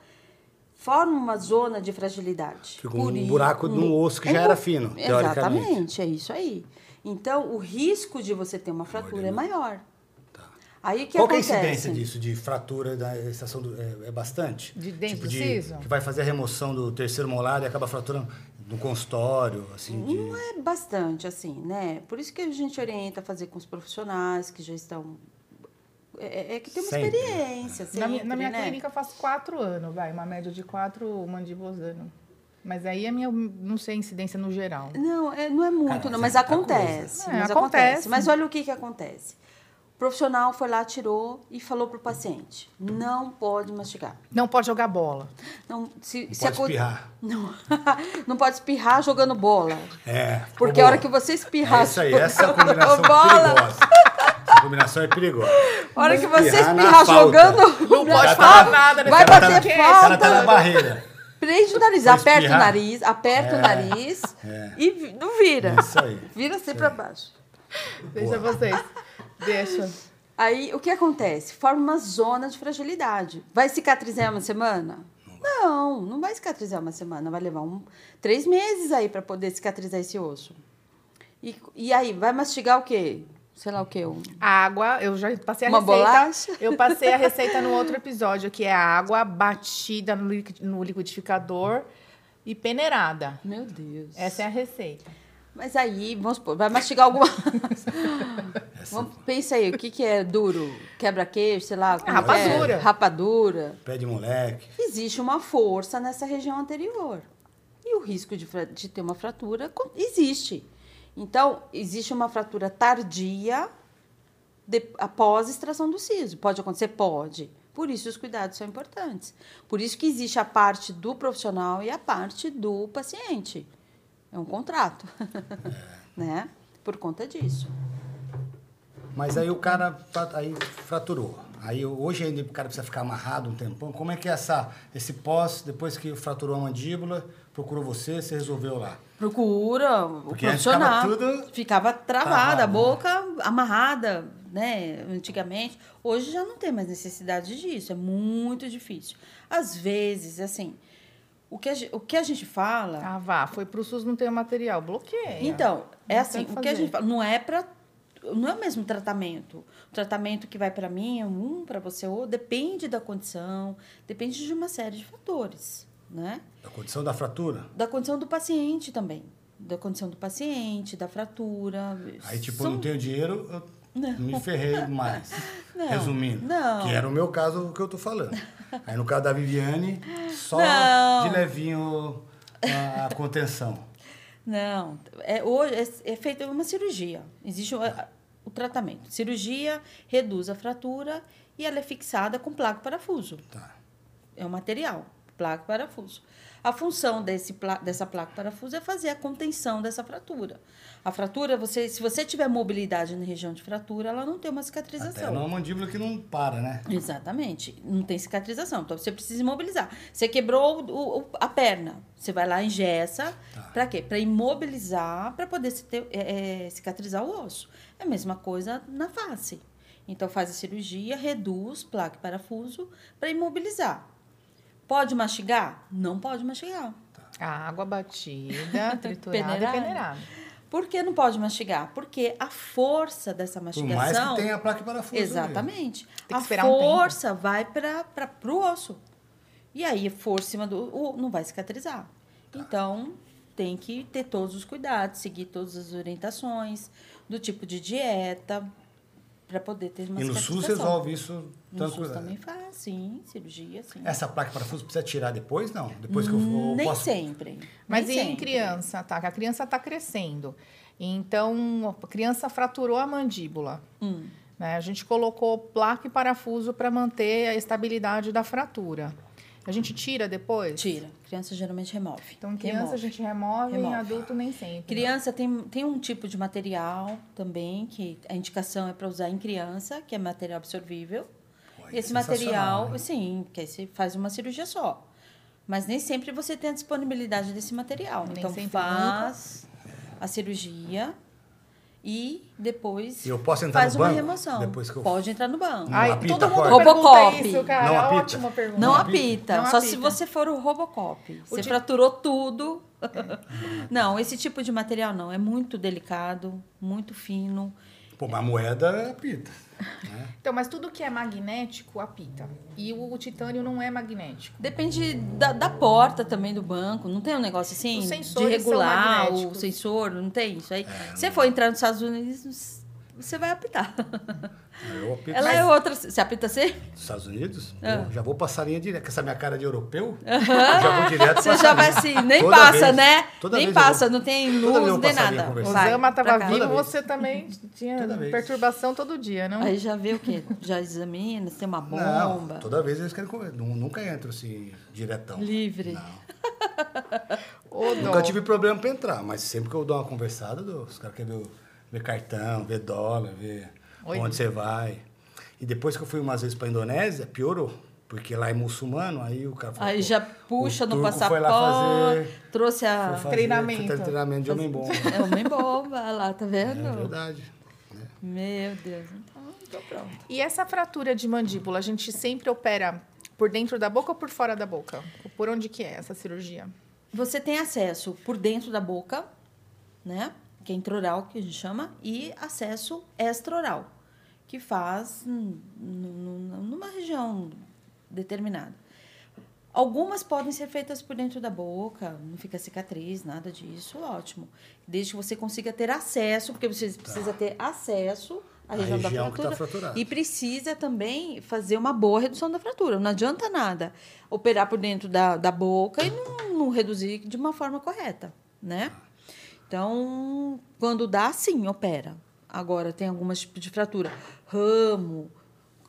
forma uma zona de fragilidade.
Ficou
Por
um
i-
buraco de um osso que já
bu-
era fino, teoricamente.
Exatamente, é isso aí. Então, o risco de você ter uma fratura é maior. Aí o que
Qual que é a
acontece?
incidência disso, de fratura da estação do, é, é bastante?
De dente do
de,
siso?
Que vai fazer a remoção do terceiro molar e acaba fraturando no consultório, assim, de...
Não é bastante, assim, né? Por isso que a gente orienta a fazer com os profissionais que já estão. É, é que tem uma
Sempre.
experiência,
Na, minha-
sempre,
na minha
né?
clínica eu faço quatro anos, vai, uma média de quatro mandíbulas ano. Mas aí a minha, não sei, incidência no geral.
Não, é, não é muito,
Cara,
não,
mas
mas
é muita
acontece.
coisa. É,
mas
acontece.
acontece. Mas olha o que, que acontece. O profissional foi lá, tirou e falou pro paciente: não pode mastigar.
Não pode jogar bola.
Não, se,
Não
se
pode
acon-
espirrar.
Não. não pode espirrar jogando bola.
É. ficou
Porque a
boa.
hora que você espirrar.
É isso aí, essa é a combinação
jogando bola,
perigosa. Essa combinação é perigosa.
a hora que você
Espirrar na
espirrar
falta.
jogando.
Não
O cara
pode
tá
falar
na-
nada nesse
vai
o cara tá
bater
na-
podcast.
O cara tá na barreira.
Prende o nariz,
Vai
aperta o
espirrar.
nariz, aperta o nariz e vi- não vira.
É isso aí.
Vira assim pra baixo.
Deixa
Boa.
vocês. Deixa.
Aí o que acontece? Forma uma zona de fragilidade. Vai cicatrizar uma semana? Não, não vai cicatrizar uma semana. Vai levar um, três meses aí pra poder cicatrizar esse osso. E, e aí, vai mastigar o quê? Sei lá o quê? Um,
Água, eu já passei a
Uma
receita.
bolacha?
Eu passei a receita no outro episódio, que é a água batida no liqui- no liquidificador e peneirada.
Meu Deus.
Essa é a receita.
Mas aí, vamos supor, vai mastigar alguma.
Essa-
vamos, pensa aí, o que, que é duro? Quebra-queixo, sei lá. como que é?
Ah, Rapadura.
Rapadura.
Pé de moleque.
Existe uma força nessa região anterior. E o risco de, fra- de ter uma fratura co- existe. Então, existe uma fratura tardia de- após a extração do siso. Pode acontecer? Pode. Por isso, os cuidados são importantes. Por isso que existe a parte do profissional e a parte do paciente. É um contrato, né? Por conta disso.
Mas aí o cara fa- aí fraturou. Aí hoje ainda o cara precisa ficar amarrado um tempão. Como é que é essa, esse pós, depois que fraturou a mandíbula, procurou você, você resolveu lá?
Procura o
Porque antes
profissional.
ficava tudo
Ficava travada,
travado,
a boca amarrada, né? Antigamente. Hoje já não tem mais necessidade disso. É muito difícil. Às vezes, assim, o que a, ge- o que a gente fala.
Ah, vá, foi pro SUS não ter o material. Bloqueia.
então, é
Não
assim,
tem o que
o que a
fazer.
gente fala. Não é pra. Não é o mesmo tratamento. O tratamento que vai pra mim é um pra você, ou depende da condição, depende de uma série de fatores. né?
Da condição da fratura?
Da condição do paciente também. Da condição do paciente, da fratura.
Aí, tipo, eu
São-
não tenho dinheiro, eu
Não.
me ferrei mais.
Não,
Resumindo.
não.
Que era o meu caso que eu tô falando. Aí no caso da Viviane, só
Não.
de levinho a a contenção.
Não, é, hoje é, é feita uma cirurgia. Existe o, a- o tratamento. Cirurgia reduz a fratura e ela é fixada com placa parafuso.
Tá.
É um material, placa parafuso. A função desse pla- dessa placa parafuso é fazer a contenção dessa fratura. A fratura, você, se você tiver mobilidade na região de fratura, ela não tem uma
Até
cicatrização.
numa mandíbula que não para, né?
Exatamente. Não tem cicatrização. Então você precisa imobilizar. Você quebrou o- o- a perna. Você vai lá, engessa.
Tá.
Pra quê? Pra imobilizar, pra poder se ter- é, é, cicatrizar o osso. É a mesma coisa na face. Então faz a cirurgia, reduz placa e parafuso pra imobilizar. Pode mastigar? Não pode mastigar.
A água batida, triturada
Peneirada.
e peneirada.
Por que não pode mastigar? Porque a força dessa
Por
mastigação.
mais que tenha a placa e parafuso. ali.
é Exatamente.
Tem que
a
esperar um tempo.
força vai para o osso. E aí, a força em cima do. O, não vai cicatrizar.
Tá.
Então, tem que ter todos os cuidados, seguir todas as orientações, do tipo de dieta, para poder ter uma
E no SUS
cicatrização.
resolve isso
No SUS
tranquilo.
também faz, sim, cirurgia, sim.
Essa placa e parafuso precisa tirar depois? Não. Depois que eu vou.
Nem
posso...
sempre.
Mas
nem
e em
sempre.
criança, tá? Que a criança está crescendo. Então, a criança fraturou a mandíbula.
Hum.
né? A gente colocou placa e parafuso para manter a estabilidade da fratura. A gente tira depois?
Tira. Criança geralmente remove.
Então, em criança
Remove.
a gente remove, em
Remove.
adulto nem sempre.
Criança tem, tem um tipo de material também, que a indicação é para usar em criança, que é material absorvível.
Pô, aí é
Esse
sensacional,
material,
né?
sim, que aí você faz uma cirurgia só. Mas nem sempre você tem a disponibilidade desse material.
Nem
então
sempre,
faz a cirurgia e depois
E eu posso entrar
faz
no
uma
banco
remoção.
depois que eu-
Pode entrar no banco.
Ah,
Ai,
apita
todo
a
mundo
porta.
pergunta
Robocop.
isso, cara.
Não apita.
Ótima pergunta.
Não
Não
apita.
apita, só
Não
se
apita.
você for o Robocop. Você
ti-
fraturou tudo. não, esse tipo de material não. É muito delicado, muito fino.
Pô, mas a moeda é apita. Né?
Então, mas tudo que é magnético apita. E o, o titânio não é magnético.
Depende da, da porta também do banco. Não tem um negócio assim
Os
de
sensores são
regular o
magnéticos.
sensor? É, Não tem isso aí? Se você for entrar nos Estados Unidos, você vai apitar.
Eu apito.
Ela é
Mas-
outra. Você apita assim?
Dos Estados Unidos?
Ah.
Pô, já vou passarinha direto. Com essa minha cara de europeu, eu já vou direto
Você já vai
passarinha.
assim, nem
Toda
passa,
vez.
né?
Toda
nem
vez eu
passa,
vou-
não tem
toda vez
luz,
eu
nem
passaria
nada.
O
conversando.
Vai,
Zama
pra
estava
cá.
vivo,
Toda vez.
você também tinha
Toda vez.
perturbação todo dia, não?
Aí já vê o quê? Já examina, se tem uma
Não,
bomba.
toda vez eles querem comer. Nu- Nunca entro assim, diretão.
Livre.
Não.
Ô,
Nunca
dó.
tive problema pra entrar, mas sempre que eu dou uma conversada, eu dou. os caras querem ver, o- ver cartão, ver dólar, ver
Oi.
onde você vai. E depois que eu fui umas vezes pra Indonésia, piorou. Porque lá é muçulmano, aí o cara falou,
Aí
pô,
já puxa
o
no
turco
passaporte, ah,
Foi lá fazer,
trouxe a.
foi fazer
Treinamento.
tre- treinamento de homem bom.
É homem bomba lá, tá
É
vendo?
verdade. né?
Meu Deus, então tô pronto.
E essa fratura de mandíbula, a gente sempre opera por dentro da boca ou por fora da boca? Por onde que é essa cirurgia?
Você tem acesso por dentro da boca, né? Que é intraoral, que a gente chama, e acesso extraoral, que faz hum, nu- nu- numa região determinada. Algumas podem ser feitas por dentro da boca, não fica cicatriz, nada disso, ótimo. Desde que você consiga ter acesso, porque você precisa ter acesso
Tá.
à
A
região,
região
da
que
fratura.
tá fraturada.
E precisa também fazer uma boa redução da fratura. Não adianta nada operar por dentro da, da boca e não, não reduzir de uma forma correta, né? Então, quando dá, sim, opera. Agora, tem algumas tipos de fratura. Ramo,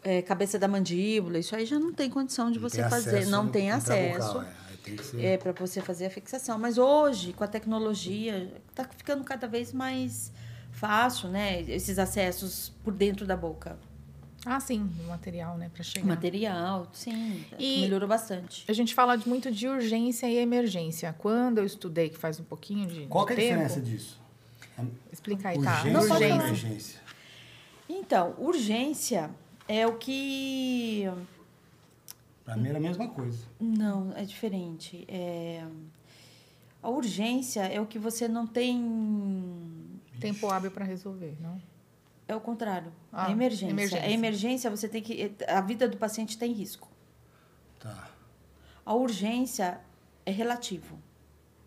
eh, cabeça da mandíbula, isso aí já não tem condição de
Não
você
tem
fazer.
acesso
não
no-
tem
intrabucal,
acesso
é. Aí tem que ser-
é para você fazer a fixação. Mas hoje, com a tecnologia, tá ficando cada vez mais fácil, né? Esses acessos por dentro da boca.
Ah, sim, o material, né, para chegar.
Material, sim.
E-
Melhorou bastante.
A gente fala de- muito de urgência e emergência. Quando eu estudei, que faz um pouquinho de,
Qual
de
que é a
tempo...
diferença disso?
Explica aí, tá?
Urgência,
Não pode
e
falar.
emergência.
Então, urgência é o que.
Pra mim era a mesma coisa.
Não, é diferente. É... A urgência é o que você não tem.
Tempo hábil para resolver, não?
É o contrário.
Ah,
é emergência.
emergência.
É emergência, você tá tem que. A vida do paciente tem risco.
Tá.
A urgência é relativo.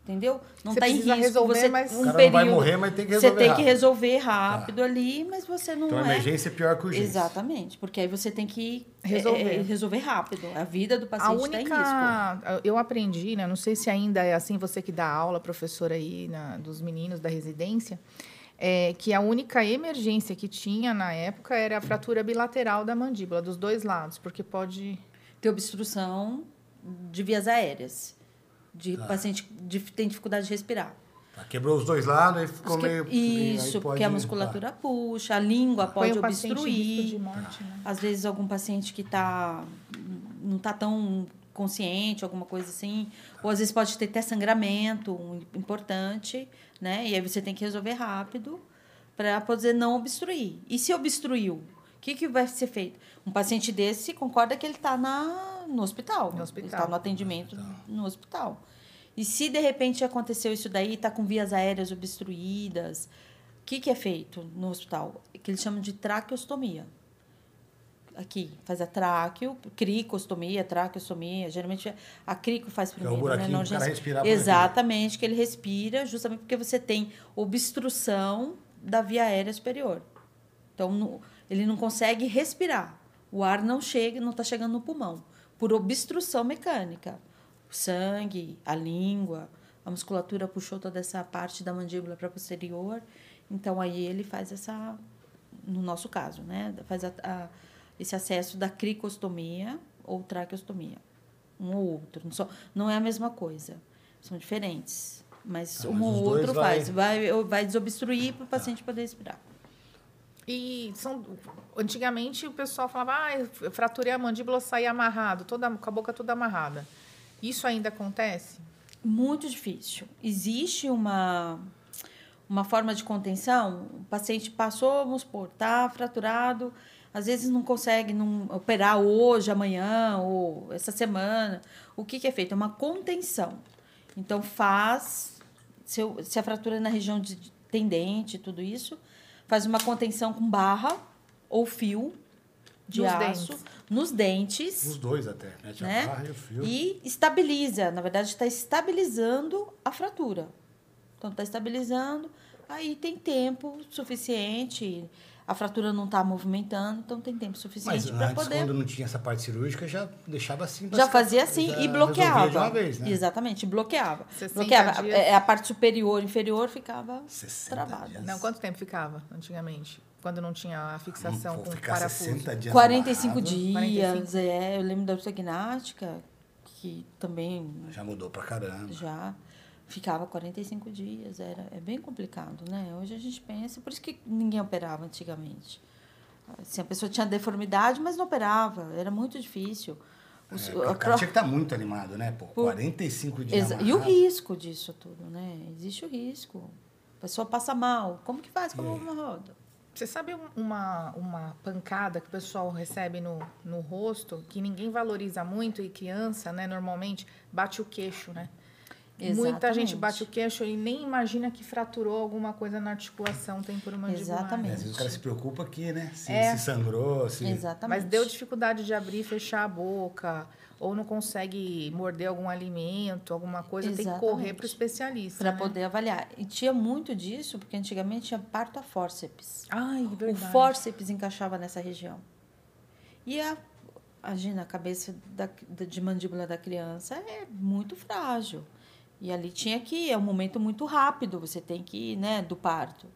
Entendeu? Não
Você
está em
precisa
risco.
resolver,
você,
mas-
um
O
cara não
período,
vai morrer, mas tem que
Você
resolver
tem que
rápido. Tá.
resolver rápido ali, mas você não
Então, a
é...
emergência é pior que urgência.
Exatamente, porque aí você tem que é,
Resolver.
é, resolver rápido. A vida do
A
paciente está em risco.
única. Eu aprendi, né? Não sei se ainda é assim, você que dá aula, professora aí na- dos meninos da residência, é que a única emergência que tinha na época era a fratura bilateral da mandíbula, dos dois lados, porque pode.
Tem obstrução de vias aéreas, de paciente de, tem dificuldade de respirar.
Tá, quebrou os dois lados e ficou
Porque-
meio.
é Isso, porque a musculatura puxa, a língua pode
põe o paciente em risco de
obstruir.
morte, né?
Às vezes algum paciente que tá não tá tão consciente, alguma coisa assim, ou às vezes pode ter até sangramento um importante, né? E aí você tem que resolver rápido para poder não obstruir. E se obstruiu, o que, que vai ser feito? Um paciente desse concorda que ele está no hospital,
No hospital.
ele está no atendimento no hospital. E se de repente aconteceu isso daí, está com vias aéreas obstruídas, o que, que é feito no hospital? É Que eles chamam de traqueostomia. Aqui, faz a tráqueo, cricostomia, traqueostomia. Geralmente a crico faz
é o
primeiro,
buraquinho
Na
pro cara
urgência.
respirar por aqui.
Exatamente, que ele respira, justamente porque você tem obstrução da via aérea superior. Então, no- ele não consegue respirar. O ar não chega, não está chegando no pulmão, por obstrução mecânica. O sangue, a língua, a musculatura puxou toda essa parte da mandíbula para posterior. Então, aí ele faz essa, no nosso caso, né? Faz a- a- esse acesso da cricostomia ou traqueostomia. Um ou outro. Não, só, não é a mesma coisa. São diferentes. Mas
Ah,
um
mas os
ou
dois
outro
vai- Tá.
faz. Vai, vai desobstruir para o paciente poder respirar.
E são. Antigamente o pessoal falava, ah, eu fraturei a mandíbula, eu saí amarrado, toda, com a boca toda amarrada. Isso ainda acontece?
Muito difícil. Existe uma, uma forma de contenção. O paciente passou, vamos supor, está fraturado, às vezes não consegue não operar hoje, amanhã ou essa semana. O que, que é feito? É uma contenção. Então, faz. Se, eu- se a fratura é na região de de tendente, tudo isso, faz uma contenção com barra ou fio de
Nos
aço
dentes.
nos dentes
tá. Os dois até. Mete
né?
a barra e o fio.
E estabiliza, na verdade está estabilizando a fratura. Então está estabilizando, aí tem tempo suficiente, a fratura não está movimentando, então tem tempo
Mas
suficiente para
antes,
poder.
quando não tinha essa parte cirúrgica, já deixava assim. pra
Já
cicar-
fazia assim
já
e
resolvia
bloqueava.
De uma vez, né?
Exatamente, bloqueava.
60
Bloqueava.
dias.
É, A parte superior, inferior ficava
60
travada.
dias.
Não, quanto tempo ficava antigamente? Quando não tinha a
Não
fixação
vou
com
ficar
parafuso?
60 dias
45
amarrado.
dias,
45.
é. Eu lembro da ortognática, que também
Já mudou pra caramba.
já ficava 45 dias, era é bem complicado, né? Hoje a gente pensa, por isso que ninguém operava antigamente. Assim, a pessoa tinha deformidade, mas não operava, era muito difícil. Os-
É,
a
o
pró-
cara tinha que estar muito animado, né? Pô, 45 dias.
Exa- E o
amarrado.
risco disso tudo, né? Existe o risco. A pessoa passa mal. Como que faz com a uma roda?
Você sabe um- uma, uma pancada que o pessoal recebe no, no rosto, que ninguém valoriza muito, e criança, né, normalmente, bate o queixo, né? Muita gente
Exatamente.
bate o queixo e nem imagina que fraturou alguma coisa na articulação temporomandibular.
É,
Exatamente.
às vezes o cara se preocupa aqui, né? Se,
É.
se sangrou, se.
Exatamente.
Mas deu dificuldade de abrir e fechar a boca, ou não consegue morder algum alimento, alguma coisa, tem que correr
Exatamente.
para o especialista.
Para
né?
poder avaliar. E tinha muito disso, porque antigamente tinha parto a fórceps.
Ai, verdade.
O fórceps encaixava nessa região. E a, imagina, a cabeça da, da- de mandíbula da criança é muito frágil. E ali tinha que ir, é um momento muito rápido, você tem que ir, né, do parto.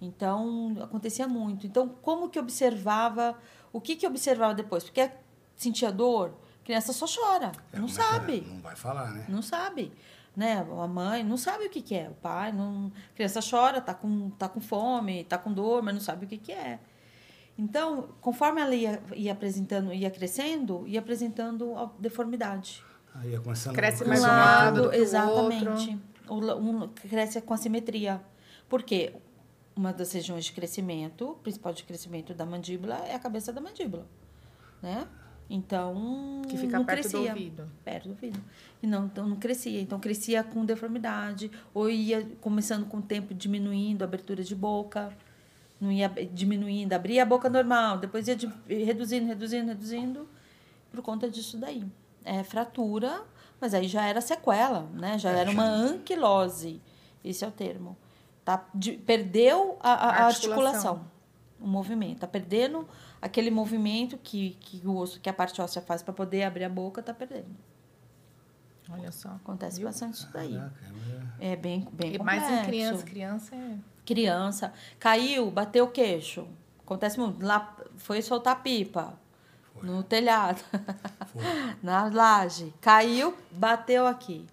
Então, acontecia muito. Então, como que observava, o que que observava depois? Porque sentia dor, a criança só chora,
É, como é
não
que é?
sabe.
Não vai falar, né?
Não sabe. Né? A mãe não sabe o que, que é. O pai, não... a criança chora, tá com, tá com fome, tá com dor, mas não sabe o que, que é. Então, conforme ela ia, ia apresentando, ia crescendo, ia apresentando a deformidade.
Aí ia começando
Cresce
a
mais
um
um lado
lado,
do que o
exatamente. O la- um cresce com assimetria. Porque uma das regiões de crescimento, principal de crescimento da mandíbula, é a cabeça da mandíbula. Né? Então,
Que fica
não
perto do
crescia
ouvido.
perto do vidro. E não, então não crescia. Então crescia com deformidade, ou ia começando com o tempo diminuindo a abertura de boca, não ia ab- diminuindo, abria a boca normal, depois ia di- reduzindo, reduzindo, reduzindo, por conta disso daí. É fratura, Mas aí já era sequela, né? Já era uma anquilose. Esse é o termo. Tá, de- perdeu a, a- a
Articulação.
articulação, o movimento. Tá perdendo aquele movimento que, que o osso, que a parte óssea faz para poder abrir a boca, tá perdendo.
Olha só.
Acontece
Viu?
bastante isso daí.
Caraca, é-
É bem, bem
E
complexo.
mais em criança. Criança é.
Criança. Caiu, bateu o queixo. Acontece muito. Lá foi soltar pipa
Foi.
no telhado,
Foi.
na laje. Caiu, bateu aqui.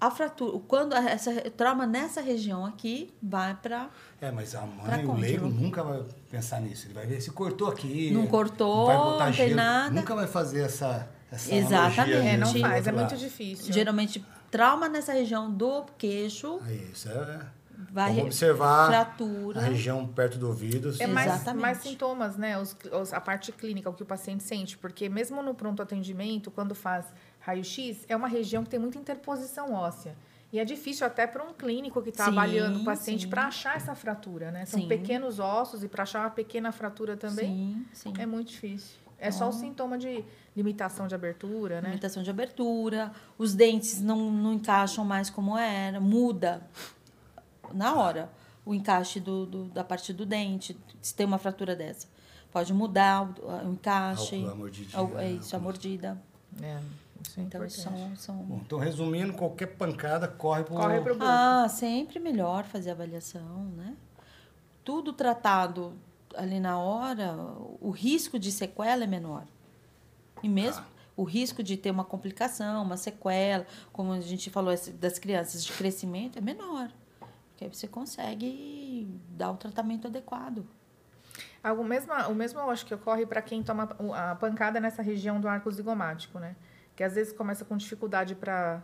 A fratura, quando essa o trauma nessa região aqui vai para
É, mas a
Pra
mãe, o
conta,
leigo,
né?
nunca vai pensar nisso. Ele vai ver se cortou aqui.
Não cortou, não tem nada.
Nunca vai fazer essa. essa
Exatamente.
analogia
É, não
desse
faz, é
outro
muito
lado.
difícil.
geralmente trauma nessa região do queixo
Aí, isso é.
Vai
Vamos
re-
observar
fratura.
a região perto do ouvido. assim.
É
se-
mais,
Exatamente.
mais sintomas, né? Os- os- a parte clínica, o que o paciente sente. Porque mesmo no pronto atendimento, quando faz raio-x, é uma região que tem muita interposição óssea. E é difícil até para um clínico que está
Sim,
avaliando o paciente
sim.
para achar essa fratura, né? São
Sim.
pequenos ossos e para achar uma pequena fratura também
Sim, sim. Então
é muito difícil. É só o sintoma de limitação de abertura, né?
Limitação de abertura, os dentes não, não encaixam mais como era, muda na hora o encaixe do, do- da parte do dente, se tem uma fratura dessa. Pode mudar o, o encaixe.
Algo- a mordidinha,
Algo- é isso, a
alguma-
mordida.
É, isso é
Hum. Então,
importante.
são. são...
Bom, então, resumindo, qualquer pancada corre pro.
Corre pro bulto.
Ah, sempre melhor fazer avaliação, né? Tudo tratado ali na hora, o risco de sequela é menor. E mesmo o risco de ter uma complicação, uma sequela, como a gente falou esse- das crianças de crescimento, é menor. Porque aí você consegue dar o tratamento adequado.
Algo mesmo, o mesmo eu acho que ocorre para quem toma o- a pancada nessa região do arco zigomático, né? Que às vezes começa com dificuldade para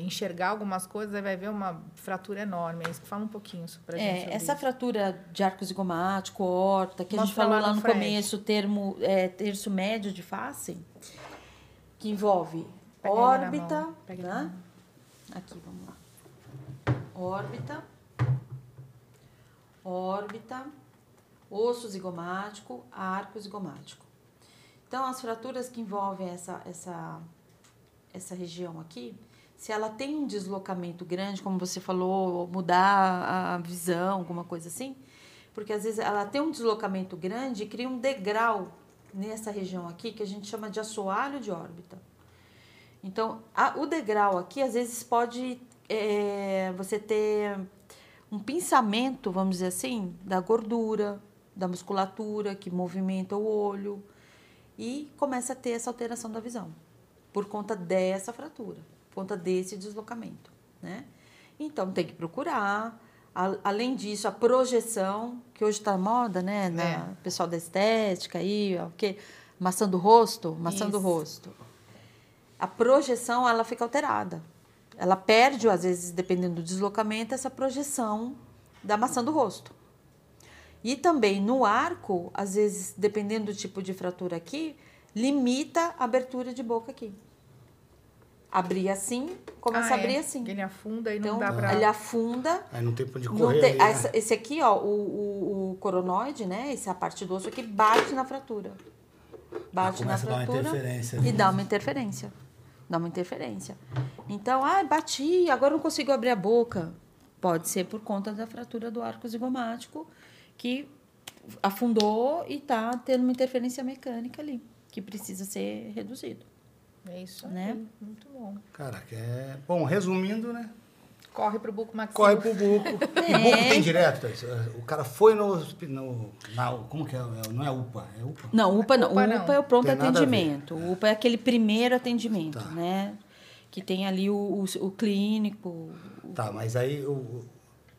enxergar algumas coisas, aí vai ver uma fratura enorme. É isso que fala um pouquinho isso pra gente.
É,
sobre
essa
isso.
fratura de arco zigomático, horta, que a gente
Mostra
falou
lá
lá
no
no
Fred.
começo, o termo é, terço médio de face, que envolve
Pega ele na
órbita,
mão, pega ele na
né? Aqui, vamos lá. Órbita, órbita, osso zigomático, arco zigomático. Então, as fraturas que envolvem essa, essa, essa região aqui, se ela tem um deslocamento grande, como você falou, ou mudar a visão, alguma coisa assim, porque às vezes ela tem um deslocamento grande e cria um degrau nessa região aqui que a gente chama de assoalho de órbita. Então, a- o degrau aqui, às vezes, pode é, você ter um pinçamento, vamos dizer assim, da gordura, da musculatura que movimenta o olho e começa a ter essa alteração da visão por conta dessa fratura, por conta desse deslocamento, né? Então, tem que procurar. A- além disso, a projeção, que hoje está moda, né? Na,
É.
Pessoal da estética aí, ó, o quê? Maçã do rosto, maçã do
Isso.
rosto a projeção ela fica alterada. Ela perde, às vezes, dependendo do deslocamento, essa projeção da maçã do rosto. E também no arco, às vezes, dependendo do tipo de fratura aqui, limita a abertura de boca aqui. Abrir assim, começa
Ah,
a abrir
é.
assim.
Ele afunda e
Então,
não dá pra.
ele afunda
Aí não tem pra onde
não
correr.
tem-
ali,
ah,
né?
essa- esse aqui, ó, o, o, o coronoide, né? Essa parte do osso aqui bate na fratura. Bate na
começa a dar uma
fratura.
interferência,
e
né?
dá uma interferência. Dá uma interferência. Então, ah, bati, agora não consigo abrir a boca. Pode ser por conta da fratura do arco zigomático, que afundou e tá tendo uma interferência mecânica ali, que precisa ser reduzido.
É isso, aí,
né?
Muito bom.
Caraca, é. Bom, resumindo, né?
Corre pro buco maxilar.
Corre pro buco. E buco
É.
tem direto, Thaís? O cara foi no. hospi- no na, como que é? Não é UPA, é UPA.
Não, UPA não.
UPA
UPA,
não.
é o pronto
Tem nada a ver.
atendimento. O UPA é aquele primeiro atendimento,
Tá.
né? Que tem ali o, o, o clínico. o-
Tá, mas aí o- o-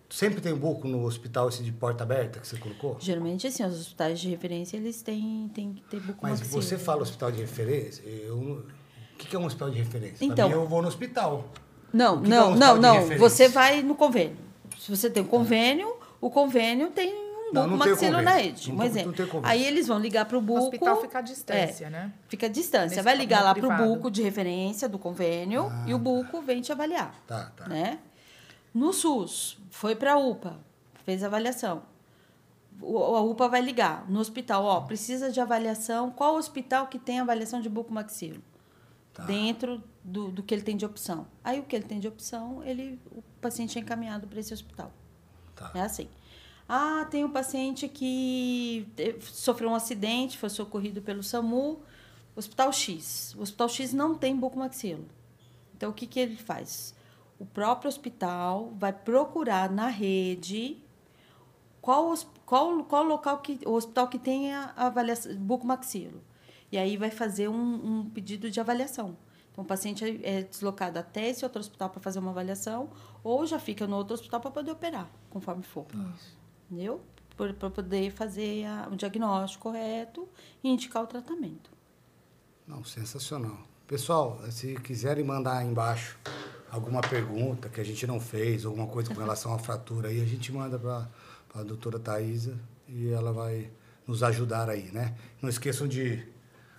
sempre tem um buco no hospital esse de porta aberta que você colocou?
Geralmente, assim, os hospitais de referência, eles têm, têm que ter
Mas
bucomaxila.
você fala hospital de referência, eu, o que que é um hospital de referência? Pra
Então.
mim, eu vou no hospital.
Não,
O que que é um
não,
hospital
não,
de
não.
referência?
Você vai no convênio. Se você tem um convênio, o convênio tem um
Não, não tem
bucomaxilo na
convênio.
rede.
Não
Um
tem-
exemplo.
não tem convênio.
Aí eles vão ligar pro
O
buco.
hospital fica à distância,
É,
né?
fica à distância.
Nesse
Vai ligar lá pro
privado.
buco de referência do convênio
Ah.
e o buco vem te avaliar.
Tá, tá.
né? No SUS, foi para a UPA, fez avaliação. O- A UPA vai ligar no hospital, ó, precisa de avaliação. Qual hospital que tem avaliação de bucomaxilo?
Tá.
dentro do, do que ele tem de opção. Aí o que ele tem de opção, ele o paciente é encaminhado para esse hospital.
Tá.
É assim. Ah, tem um paciente que te- sofreu um acidente, foi socorrido pelo SAMU, Hospital X. O Hospital X não tem bucomaxilo. Então, o que, que ele faz? O próprio hospital vai procurar na rede qual, hos- qual, qual local que, o hospital que tem a avaliação, bucomaxilo. E aí vai fazer um, um pedido de avaliação. Então, o paciente é é deslocado até esse outro hospital para fazer uma avaliação ou já fica no outro hospital para poder operar, conforme for. Entendeu? Para poder fazer a- o diagnóstico correto e indicar o tratamento.
Não, sensacional. Pessoal, se quiserem mandar aí embaixo alguma pergunta que a gente não fez, alguma coisa com relação à fratura, aí a gente manda para a doutora Thaisa e ela vai nos ajudar aí, né? Não esqueçam de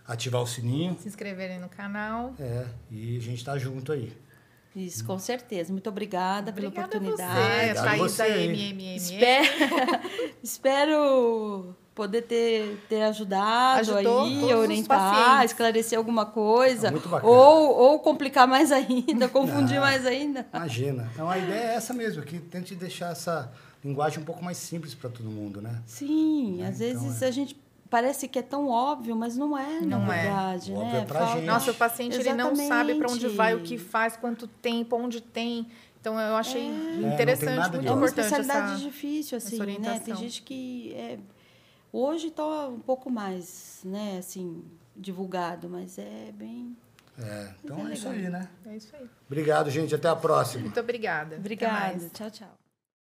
ativar o sininho.
Se inscreverem no canal.
É, e a gente tá junto aí.
Isso, com certeza. Muito obrigada, pela
Obrigada a
oportunidade.
você,
Obrigado a
Thaís
você,
da
hein?
MMM.
Espero, espero poder ter, ter ajudado
Ajudou todos os
aí, orientar,
pacientes.
esclarecer alguma coisa.
Tá muito bacana.
ou, ou complicar mais ainda, confundir
Ah.
mais ainda.
Imagina. Então a ideia é essa mesmo, que tente deixar essa linguagem um pouco mais simples para todo mundo, né?
Sim,
É,
às
então
vezes
é.
a gente parece que é tão óbvio, mas não é, na
Não é.
verdade.
O óbvio
né?
é pra gente.
Nossa, o paciente ele não sabe para onde vai, o que faz, quanto tempo, onde tem. Então eu achei
É, não tem
interessante,
nada
muito
de
É uma
importante
especialidade
essa.
difícil, assim, né? Tem
orientação.
gente que é, hoje está um pouco mais, né, assim, divulgado, mas é bem...
É, então
Mas é
é isso
legal.
aí, né?
É isso aí.
Obrigado, gente. Até a próxima.
Muito obrigada. Até mais.
Obrigada, tchau, tchau.